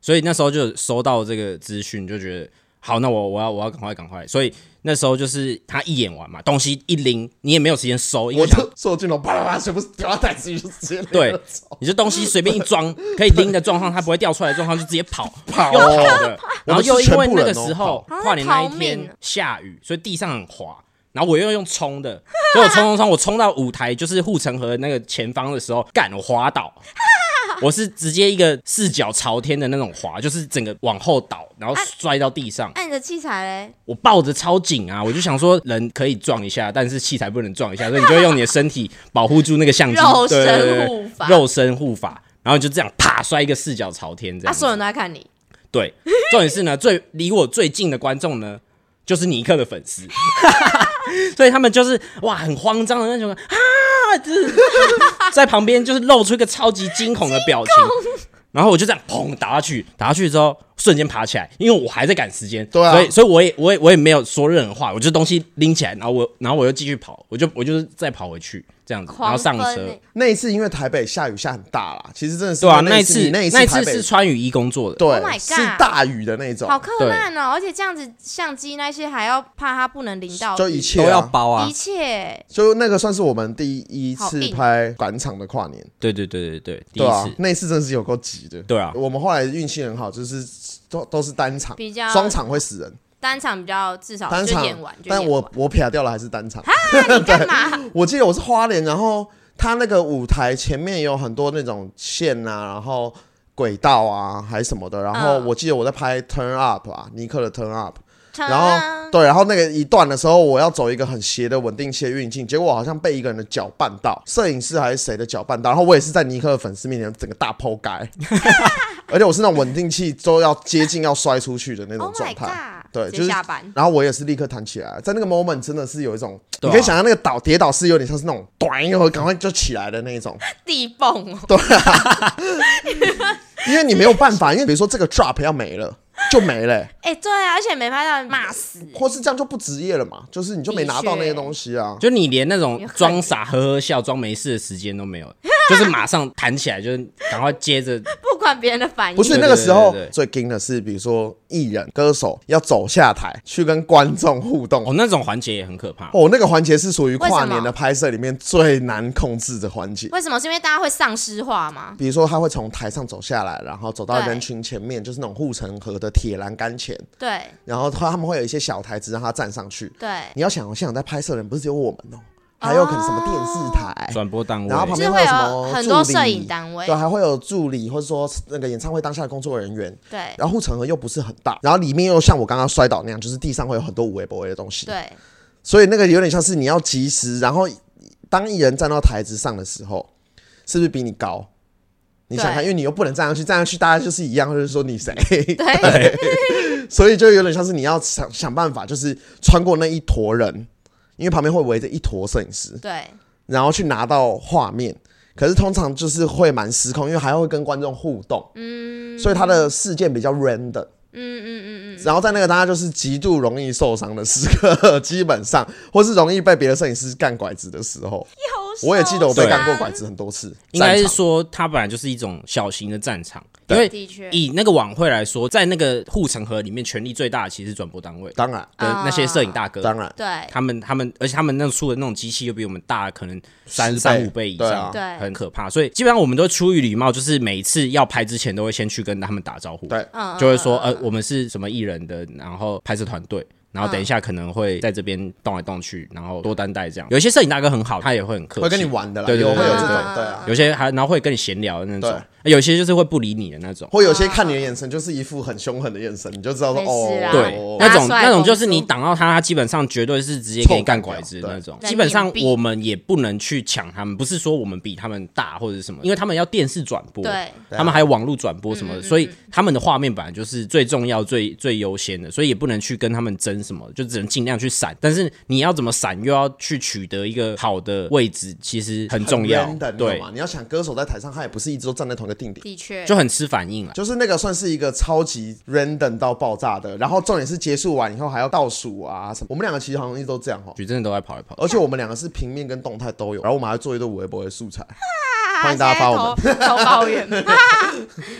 Speaker 2: 所以那时候就收到这个资讯，就觉得好，那我我要我要赶快赶快。所以那时候就是他一演完嘛，东西一拎，你也没有时间收，因为
Speaker 4: 我
Speaker 2: 想
Speaker 4: 就所有镜头啪啦啪，全部掉到袋子里就直接
Speaker 2: 对你这东西随便一 装可以拎的状况，它不会掉出来的状况就直接跑，
Speaker 4: 跑
Speaker 2: 又跑的。然后
Speaker 4: 我
Speaker 2: 又
Speaker 4: 们是
Speaker 2: 因
Speaker 4: 全部
Speaker 2: 为
Speaker 4: 人哦
Speaker 2: 那个时候
Speaker 3: 跑
Speaker 2: 跨年那一
Speaker 3: 好像在逃命
Speaker 2: 天下雨，所以地上很滑。然后我又用 冲的，所以我冲冲冲，我冲到舞台就是护城河那个前方的时候，干我滑倒，我是直接一个四脚朝天的那种滑，就是整个往后倒，然
Speaker 3: 啊
Speaker 2: 后摔到地上。
Speaker 3: 那、你的器材嘞？
Speaker 2: 我抱着超紧啊，我就想说人可以撞一下，但是器材不能撞一下，所以你就会用你的身体保护住那个相机，
Speaker 3: 肉
Speaker 2: 对对对
Speaker 3: 身
Speaker 2: 对
Speaker 3: 护法
Speaker 2: 肉身护法，然后你就这样啪摔一个四脚朝天这
Speaker 3: 啊，
Speaker 2: 样
Speaker 3: 所有人
Speaker 2: 子。
Speaker 3: 都在看你，
Speaker 2: 对， 重点是呢，最离我最近的观众呢，就是尼克的粉丝， 所以他们就是哇很慌张的那种啊，就是 在旁边就是露出一个超级惊恐的表情。然后我就这样砰打下去，打下去之后瞬间爬起来，因为我还在赶时间，
Speaker 4: 对啊
Speaker 2: 所以所以我也我也我也没有说任何话，我就东西拎起来，然后我然后我又继续跑，我就我就是再跑回去这样子，然后
Speaker 3: 狂
Speaker 2: 上
Speaker 3: 奔
Speaker 2: 车，
Speaker 3: 欸
Speaker 4: 那一次因为台北下雨下很大啦，其实真的是
Speaker 2: 对啊，
Speaker 4: 那
Speaker 2: 一
Speaker 4: 次
Speaker 2: 次
Speaker 4: 你那一
Speaker 2: 那一
Speaker 4: 台
Speaker 2: 次
Speaker 4: 北
Speaker 2: 是穿雨衣工作的，
Speaker 4: 对
Speaker 3: Oh my god
Speaker 4: 是大雨的那种，
Speaker 3: 好困难哦！而且这样子相机那些还要怕它不能淋到，
Speaker 4: 就一切
Speaker 2: 都
Speaker 4: 啊
Speaker 2: 要包啊
Speaker 3: 一，切
Speaker 4: 就那个算是我们第一次
Speaker 3: 好硬
Speaker 4: 拍赶场的跨年，
Speaker 2: 对对对对对，第
Speaker 4: 对
Speaker 2: 一
Speaker 4: 啊
Speaker 2: 次，，
Speaker 4: 那一次真的是有够急的。
Speaker 2: 对啊，
Speaker 4: 我们后来运气很好，就是都都是单场，
Speaker 3: 比较
Speaker 4: 双场会死人，
Speaker 3: 单场比较至少
Speaker 4: 单
Speaker 3: 就
Speaker 4: 场
Speaker 3: 演完就演
Speaker 4: 但
Speaker 3: 完。
Speaker 4: 我我撇掉了还是单场。
Speaker 3: 那你干嘛？
Speaker 4: 我记得我是花莲，然后它那个舞台前面有很多那种线啊，然后轨道啊，还什么的。然后
Speaker 3: 嗯
Speaker 4: 我记得我在拍 Turn Up 啊，尼克的 Turn Up，
Speaker 3: 然
Speaker 4: 然
Speaker 3: 啊哦
Speaker 4: 后对，然后那个一段的时候，我要走一个很斜的稳定器的运镜，结果我好像被一个人的脚绊到，摄影师还是谁的脚绊到，然后我也是在尼克的粉丝面前整个大剖开，而且我是那种稳定器都要接近要摔出去的那
Speaker 3: Oh
Speaker 4: 种
Speaker 3: my
Speaker 4: 状态。
Speaker 3: god！
Speaker 4: 对
Speaker 3: 直
Speaker 4: 就
Speaker 3: 接
Speaker 4: 是
Speaker 3: 下班。
Speaker 4: 然后我也是立刻弹起来，在那个 moment 真的是有一种，
Speaker 2: 对啊
Speaker 4: 你可以想象那个倒跌倒是有点像是那种，短一会儿赶快就起来的那一种，
Speaker 3: 地泵哦，
Speaker 4: 因为你没有办法，因为比如说这个 drop 要没了就没了欸、
Speaker 3: 哎、对啊，而且没拍到骂死、欸，
Speaker 4: 或是这样就不职业了嘛，就是你就没拿到那些东西啊。
Speaker 2: 就你连那种
Speaker 3: 有可能
Speaker 2: 装傻呵呵笑、装没事的时间都没 有，就是马上弹起来，就是赶快接着。
Speaker 3: 不管别人的反应。
Speaker 4: 不是
Speaker 2: 对
Speaker 4: 那个时候
Speaker 2: 对对对
Speaker 4: 最惊的是，比如说艺人、歌手要走下台去跟观众互动。
Speaker 2: 哦，那种环节也很可怕。
Speaker 4: 哦，那个环节是属于跨
Speaker 3: 为什
Speaker 4: 年
Speaker 3: 么
Speaker 4: 的拍摄里面最难控制的环节。
Speaker 3: 为什么？是因为大家会丧尸化吗？
Speaker 4: 比如说，他会从台上走下来，然后走到
Speaker 3: 对
Speaker 4: 人群前面，就是那种护城河的铁栏杆前，
Speaker 3: 对
Speaker 4: 然后他们会有一些小台子让他站上去。
Speaker 3: 对，
Speaker 4: 你要想，现场在拍摄的人不是只有我们哦，还有可能什么电视台，
Speaker 2: 转播单位
Speaker 4: 哎然后旁
Speaker 3: 就是
Speaker 4: 边
Speaker 3: 会
Speaker 4: 会有什
Speaker 3: 有
Speaker 4: 么
Speaker 3: 很多
Speaker 4: 助理
Speaker 3: 摄影单位
Speaker 4: 对，，还会有助理，或者说那个演唱会当下的工作人员，
Speaker 3: 对
Speaker 4: 然后护城河又不是很大，然后里面又像我刚刚摔倒那样，就是地上会有很多无微不微的东西，
Speaker 3: 对，
Speaker 4: 所以那个有点像是你要及时，然后当艺人站到台子上的时候，是不是比你高？你想看，
Speaker 3: 对
Speaker 4: 因为你又不能站上去，站上去大家就是一样，就是说你谁，
Speaker 3: 对，
Speaker 4: 所以就有点像是你要想想办法，就是穿过那一坨人，因为旁边会围着一坨摄影师，
Speaker 3: 对，
Speaker 4: 然后去拿到画面。可是通常就是会蛮失控，因为还会跟观众互动，嗯，所以他的事件比较 random。
Speaker 3: 嗯嗯嗯嗯，
Speaker 4: 然后在那个大家就是极度容易受伤的时刻， 基本上或是容易被别的摄影师干拐子的时候，我也记得我被干过拐子很多次。
Speaker 2: 应该是
Speaker 4: 战场
Speaker 2: 说，它本来就是一种小型的战场，因
Speaker 4: 对
Speaker 2: 为
Speaker 3: 的确，
Speaker 2: 以那个晚会来说，在那个护城河里面，权力最大的其实是转播单位的
Speaker 4: 当然
Speaker 3: 啊
Speaker 2: 那些摄影大哥。
Speaker 4: 当然，
Speaker 3: 对
Speaker 2: 他们他们，而且他们那出的那种机器又比我们大，可能三
Speaker 4: 十倍
Speaker 2: 三五倍以
Speaker 4: 对
Speaker 2: 上
Speaker 4: 啊，
Speaker 3: 对
Speaker 2: 很可怕。所以基本上我们都出于礼貌，就是每一次要拍之前都会先去跟他们打招呼，
Speaker 4: 对
Speaker 3: 嗯
Speaker 2: 就会说
Speaker 4: 啊
Speaker 2: 呃我们是什么艺人的，然后拍摄团队。然后等一下可能会在这边动来动去，然后多担待这样。有一些摄影大哥很好，他也会很客气，
Speaker 4: 会跟你玩的啦，
Speaker 2: 对对
Speaker 4: 有
Speaker 2: 对
Speaker 4: 会有
Speaker 2: 对
Speaker 4: 这种
Speaker 3: 对
Speaker 4: 对啊，
Speaker 2: 有些还然后会跟你闲聊的那种，哎有些就是会不理你的那种。
Speaker 4: 或有些看你的眼神就是一副很凶狠的眼神，你就知道说
Speaker 3: 哦没事
Speaker 4: 哦
Speaker 3: 啊，
Speaker 2: 对
Speaker 4: 哦，
Speaker 3: 那
Speaker 2: 那种
Speaker 3: 拿出来
Speaker 2: 那种就
Speaker 3: 公司
Speaker 2: 是你挡到他，他基本上绝对是直接给你干拐子的那种。
Speaker 3: 对
Speaker 2: 基本上
Speaker 3: 人面壁
Speaker 2: 我们也不能去抢他们，不是说我们比他们大或者是什么，因为他们要电视转播，啊
Speaker 3: 对
Speaker 4: 啊
Speaker 2: 他们还有网络
Speaker 3: 嗯
Speaker 2: 转播什么的，所以他们的画面本来就是最重要、最最优先的，所以也不能去跟他们争灯什么的，就只能尽量去闪。但是你要怎么闪，又要去取得一个好的位置，其实很重要
Speaker 4: random，，你懂
Speaker 2: 对
Speaker 4: 吗，你要想歌手在台上，他也不是一直都站在同一个定点。
Speaker 3: 的确，
Speaker 2: 就很吃反应了。
Speaker 4: 就是那个算是一个超级 random 到爆炸的，然后重点是结束完以后还要倒数啊什么。我们两个其实好像一直都这样哈，哦
Speaker 2: 曲真的都在跑来跑去，
Speaker 4: 而且我们两个是平面跟动态都有，然后我们还做一堆微博的素材。
Speaker 3: 啊
Speaker 4: 欢迎大家发我
Speaker 3: 现在投投抱怨，哈哈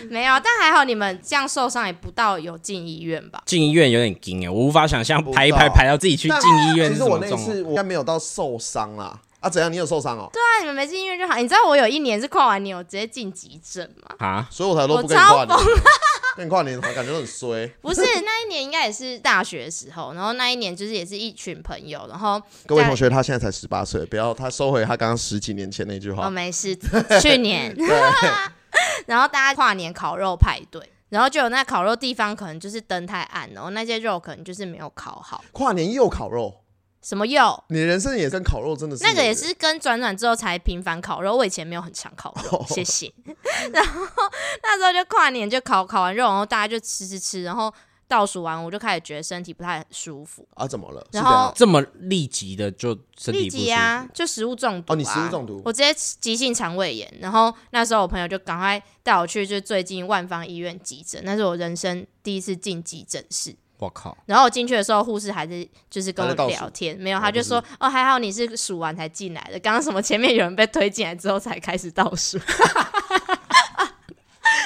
Speaker 3: 没有，啊但还好你们这样受伤也不到有进医院吧？
Speaker 2: 进医院有点惊哎，我无法想象
Speaker 4: 不
Speaker 2: 排一排
Speaker 4: 到
Speaker 2: 排到自己去
Speaker 4: 但
Speaker 2: 进医院是
Speaker 4: 其实
Speaker 2: 什
Speaker 4: 我
Speaker 2: 么
Speaker 4: 那一
Speaker 2: 状况。
Speaker 4: 次我应该没有到受伤啦。啊，怎样？你有受伤哦？对，
Speaker 3: 那你们没进医院就好。你知道我有一年是跨完年我直接进急诊吗？
Speaker 2: 啊，
Speaker 4: 所以我才都不跟你
Speaker 3: 我超
Speaker 4: 跨年， 跟你跨年感觉都很衰。
Speaker 3: 不 是那一年应该也是大学的时候，然后那一年就是也是一群朋友，然后
Speaker 4: 各位同学，他现在才十八岁，不要他收回他刚刚十几年前那句
Speaker 3: 哦
Speaker 4: 话。
Speaker 3: 没事，去年，然后大家跨年烤肉派对。然后就有那烤肉地方可能就是灯太暗，然后那些肉可能就是没有烤好，
Speaker 4: 跨年又烤肉，
Speaker 3: 什么肉，
Speaker 4: 你的人生也跟烤肉真的是
Speaker 3: 那个也是跟转转之后才频繁烤肉，我以前没有很常烤 肉，谢谢。然后那时候就跨年就烤烤完肉，然后大家就吃吃吃，然后倒数完我就开始觉得身体不太舒服，
Speaker 4: 啊？怎么了？
Speaker 3: 然后
Speaker 2: 这么立即的就身
Speaker 3: 立
Speaker 2: 体不舒
Speaker 3: 即
Speaker 2: 服，
Speaker 3: 啊，就食物中毒、啊。
Speaker 4: 哦你食物中毒
Speaker 3: 我直接急性肠胃炎。然后那时候我朋友就赶快带我去，就是最近万方医院急诊，那是我人生第一次进急诊室。
Speaker 2: 我靠，
Speaker 3: 然后我进去的时候，护士还是就是跟
Speaker 4: 还
Speaker 3: 我
Speaker 4: 在倒数
Speaker 3: 聊天，没有，他就说：“哦，还好你是数完才进来的，刚刚什么前面有人被推进来之后才开始倒数。”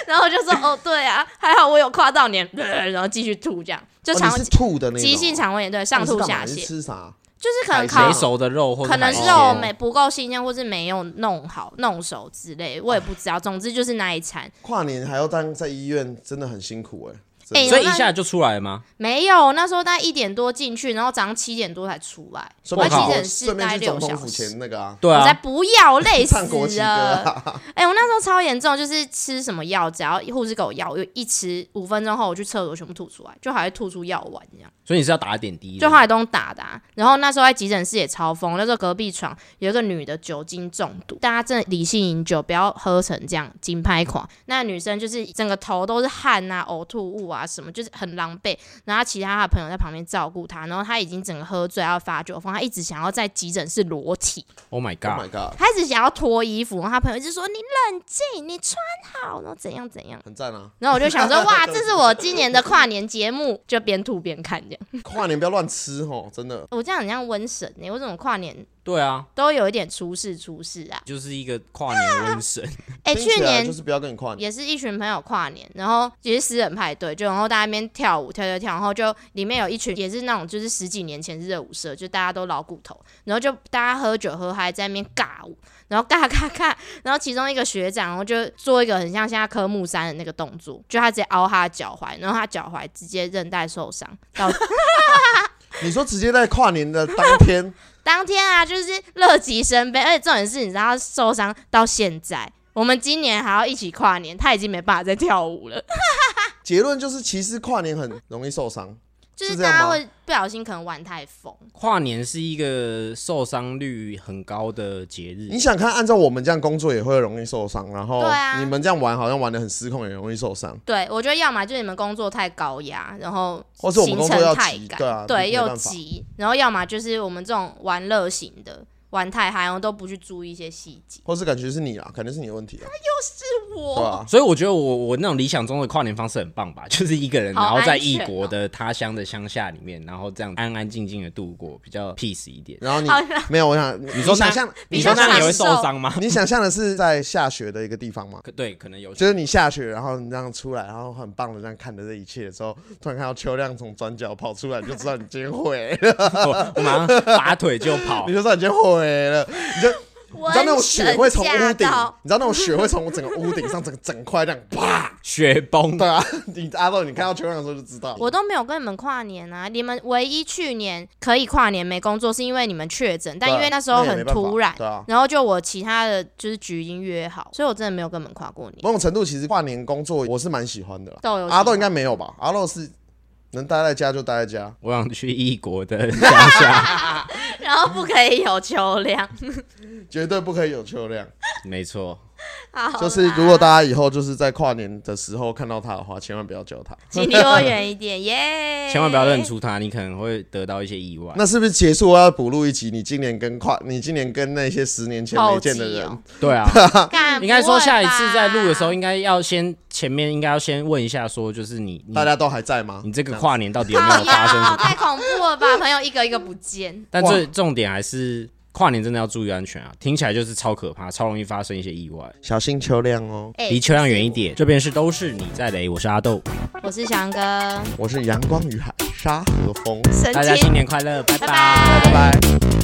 Speaker 3: 然后我就说：“哦，对啊，还好我有跨到年。” 然后继续吐，这样就
Speaker 4: 哦
Speaker 3: 肠、
Speaker 4: 你是吐的那种哦
Speaker 3: 急性肠胃炎，对，上吐下
Speaker 4: 那你是干嘛你是
Speaker 3: 泻，
Speaker 4: 吃啥？
Speaker 3: 就是可能
Speaker 4: 海
Speaker 3: 烤
Speaker 2: 没熟的肉或者
Speaker 3: 可能
Speaker 2: 海
Speaker 3: 是
Speaker 2: 鲜
Speaker 3: 肉没不够新鲜，或是没有弄好、弄熟之类，我也不
Speaker 4: 哦
Speaker 3: 知道。总之就是那一餐
Speaker 4: 跨年还要当在医院，真的很辛苦哎、真
Speaker 3: 哎
Speaker 4: 的
Speaker 2: 所以一下就出来了吗？
Speaker 3: 没有，那时候大概一点多进去，然后早上七点多才出来。
Speaker 4: 顺
Speaker 3: 我在
Speaker 4: 便
Speaker 2: 哇靠
Speaker 3: 急诊室
Speaker 4: 去总顺
Speaker 3: 待
Speaker 4: 便去
Speaker 3: 六
Speaker 4: 总统
Speaker 3: 小
Speaker 4: 府
Speaker 3: 时。
Speaker 4: 前那个啊，
Speaker 2: 对
Speaker 3: 我才
Speaker 2: 啊，
Speaker 3: 不要，我累死
Speaker 4: 唱国旗歌、
Speaker 3: 了！
Speaker 4: 啊，
Speaker 3: 哎、我那时候超严重，就是吃什么药，只要护士给我药，我一吃五分钟后，我去厕所全部吐出来，就还会吐出药丸这样。
Speaker 2: 所以你是要打点滴的，
Speaker 3: 就后来都用打的啊、然后那时候在急诊室也超疯，那时候隔壁床有一个女的酒精中毒，大家真的理性饮酒，不要喝成这样金拍狂。那女生就是整个头都是汗啊、呕吐物啊什么，就是很狼狈。然后其他的朋友在旁边照顾她，然后她已经整个喝醉要发酒疯，她一直想要在急诊室裸体，
Speaker 2: ，Oh my
Speaker 4: Oh my
Speaker 2: god，
Speaker 4: god，
Speaker 3: 她一直想要脱衣服，然后她朋友就说你冷静，你穿好，然后怎样怎样。
Speaker 4: 很赞啊！
Speaker 3: 然后我就 想说，哇，这是我今年的跨年节目，就边吐边看这样。
Speaker 4: 跨年不要乱吃哦，真的。
Speaker 3: 我这样很像瘟神呢、我怎么跨年
Speaker 2: 对啊，
Speaker 3: 都有一点出事出事啊。
Speaker 2: 就是一个跨年瘟 神，
Speaker 3: 哎、
Speaker 4: 听
Speaker 3: 去
Speaker 4: 起来
Speaker 3: 年
Speaker 4: 就是不要跟你跨年，
Speaker 3: 也是一群朋友跨年，然后也是私人派对，就然后大家在那边跳舞跳跳跳，然后就里面有一群也是那种就是十几年前是热舞社，就大家都老骨头，然后就大家喝酒喝嗨在那边尬舞，然后尬尬尬，然后其中一个学长，然后就做一个很像现在科目三的那个动作，就他直接凹他的脚踝，然后他脚踝直接韧带受伤，导致
Speaker 4: 你说直接在跨年的当天，
Speaker 3: 当天啊，就是乐极生悲，而且重点是，你知道他受伤到现在，我们今年还要一起跨年，他已经没办法再跳舞了。
Speaker 4: 结论就是其实跨年很容易受伤。
Speaker 3: 就是
Speaker 4: 是这
Speaker 3: 大
Speaker 4: 样
Speaker 3: 家
Speaker 4: 吗
Speaker 3: 会不小心可能玩太疯，
Speaker 2: 跨年是一个受伤率很高的节日
Speaker 4: 你，想看，按照我们这样工作也会容易受伤，然后
Speaker 3: 对啊
Speaker 4: 你们这样玩好像玩的很失控，也容易受伤。
Speaker 3: 对我觉得要么就是你们工作太高压，然后
Speaker 4: 或是我们
Speaker 3: 行
Speaker 4: 工作
Speaker 3: 程
Speaker 4: 要
Speaker 3: 太
Speaker 4: 急
Speaker 3: 赶，
Speaker 4: 对啊没
Speaker 3: 又
Speaker 4: 办法
Speaker 3: 急，然后要么就是我们这种玩乐型的。玩太嗨，然后都不去注意一些细节。
Speaker 4: 或是感觉是你啊，肯定是你的问题啊，对啊
Speaker 3: 我
Speaker 4: 吧、
Speaker 2: 所以我觉得我我那种理想中的跨年方式很棒吧，就是一个人，
Speaker 3: 好
Speaker 2: 然后在
Speaker 3: 安全
Speaker 2: 异
Speaker 3: 哦
Speaker 2: 国的他乡的乡下里面，然后这样安安静静的度过，比较 peace 一点。
Speaker 4: 然后你
Speaker 3: 好像
Speaker 4: 没有，我想你
Speaker 2: 你说
Speaker 4: 想
Speaker 2: 那
Speaker 4: 象，
Speaker 3: 比
Speaker 2: 你
Speaker 3: 较
Speaker 2: 说那
Speaker 3: 享
Speaker 2: 你会
Speaker 3: 受
Speaker 2: 受伤吗？
Speaker 4: 你想象的是在下雪的一个地方吗？
Speaker 2: 可对，可能有
Speaker 4: 就是你下雪，然后你这样出来，然后很棒的这样看着这一切的时候，突然看到秋亮从转角跑出来，你就知道你今天毁了，
Speaker 2: 我我 马上拔腿就跑
Speaker 4: 你，就知道你今天毁了。你就你
Speaker 3: 我
Speaker 4: 知道那种雪会从
Speaker 3: 很吓
Speaker 4: 屋顶
Speaker 3: 到，
Speaker 4: 你知道那种雪会从整个屋顶上整整块这样 啪，
Speaker 2: 雪崩
Speaker 4: 对啊，你阿豆你看到秋亮的时候就知道。
Speaker 3: 我都没有跟你们跨年啊！你们唯一去年可以跨年没工作，是因为你们确诊，但
Speaker 4: 对啊
Speaker 3: 因为那时候
Speaker 4: 也没
Speaker 3: 很
Speaker 4: 办法
Speaker 3: 突然，
Speaker 4: 对啊。
Speaker 3: 然后就我其他的就是局已经约好，所以我真的没有跟你们跨过年。
Speaker 4: 某种程度，其实跨年工作我是蛮喜欢的啦。
Speaker 3: 豆有
Speaker 4: 阿豆应
Speaker 3: 喜欢
Speaker 4: 该没有吧？阿豆是能待在家就待在家，
Speaker 2: 我想去异国的乡 下，
Speaker 3: 然后不可以有秋凉。
Speaker 4: 绝对不可以有秋亮。
Speaker 2: 没错。
Speaker 3: 好啦，
Speaker 4: 就是如果大家以后就是在跨年的时候看到他的话，千万不要叫他。
Speaker 3: 请离我远一点，耶！
Speaker 2: 千万不要认。出他，你可能会得到一些意外。
Speaker 4: 那是不是结束我要补录一集？你今年跟跨，你今年跟那些十年前没见的人，
Speaker 3: 好
Speaker 2: 对啊，
Speaker 3: 干
Speaker 2: 应该说下一次在录的时
Speaker 3: 不会
Speaker 2: 候，
Speaker 3: 吧
Speaker 2: 应该要先前面应该要先问一下，说就是你
Speaker 3: 哦
Speaker 2: 你
Speaker 4: 大家都还在吗？
Speaker 2: 你这个跨年到底有没有发生什
Speaker 3: 靠腰
Speaker 2: 么？
Speaker 3: 太恐怖了吧！朋友一个一个不见，
Speaker 2: 但最重点还是跨年真的要注意安全啊！听起来就是超可怕，超容易发生一些意外。
Speaker 4: 小心秋亮哦，
Speaker 3: 哎、
Speaker 2: 离秋亮远一点，这边是都是你在雷，我是阿豆，
Speaker 3: 我是翔哥，
Speaker 4: 我是阳光与海沙和风，
Speaker 3: 神
Speaker 2: 大家
Speaker 3: 经
Speaker 2: 新，年快乐，拜
Speaker 3: 拜
Speaker 2: 拜。
Speaker 4: 拜拜。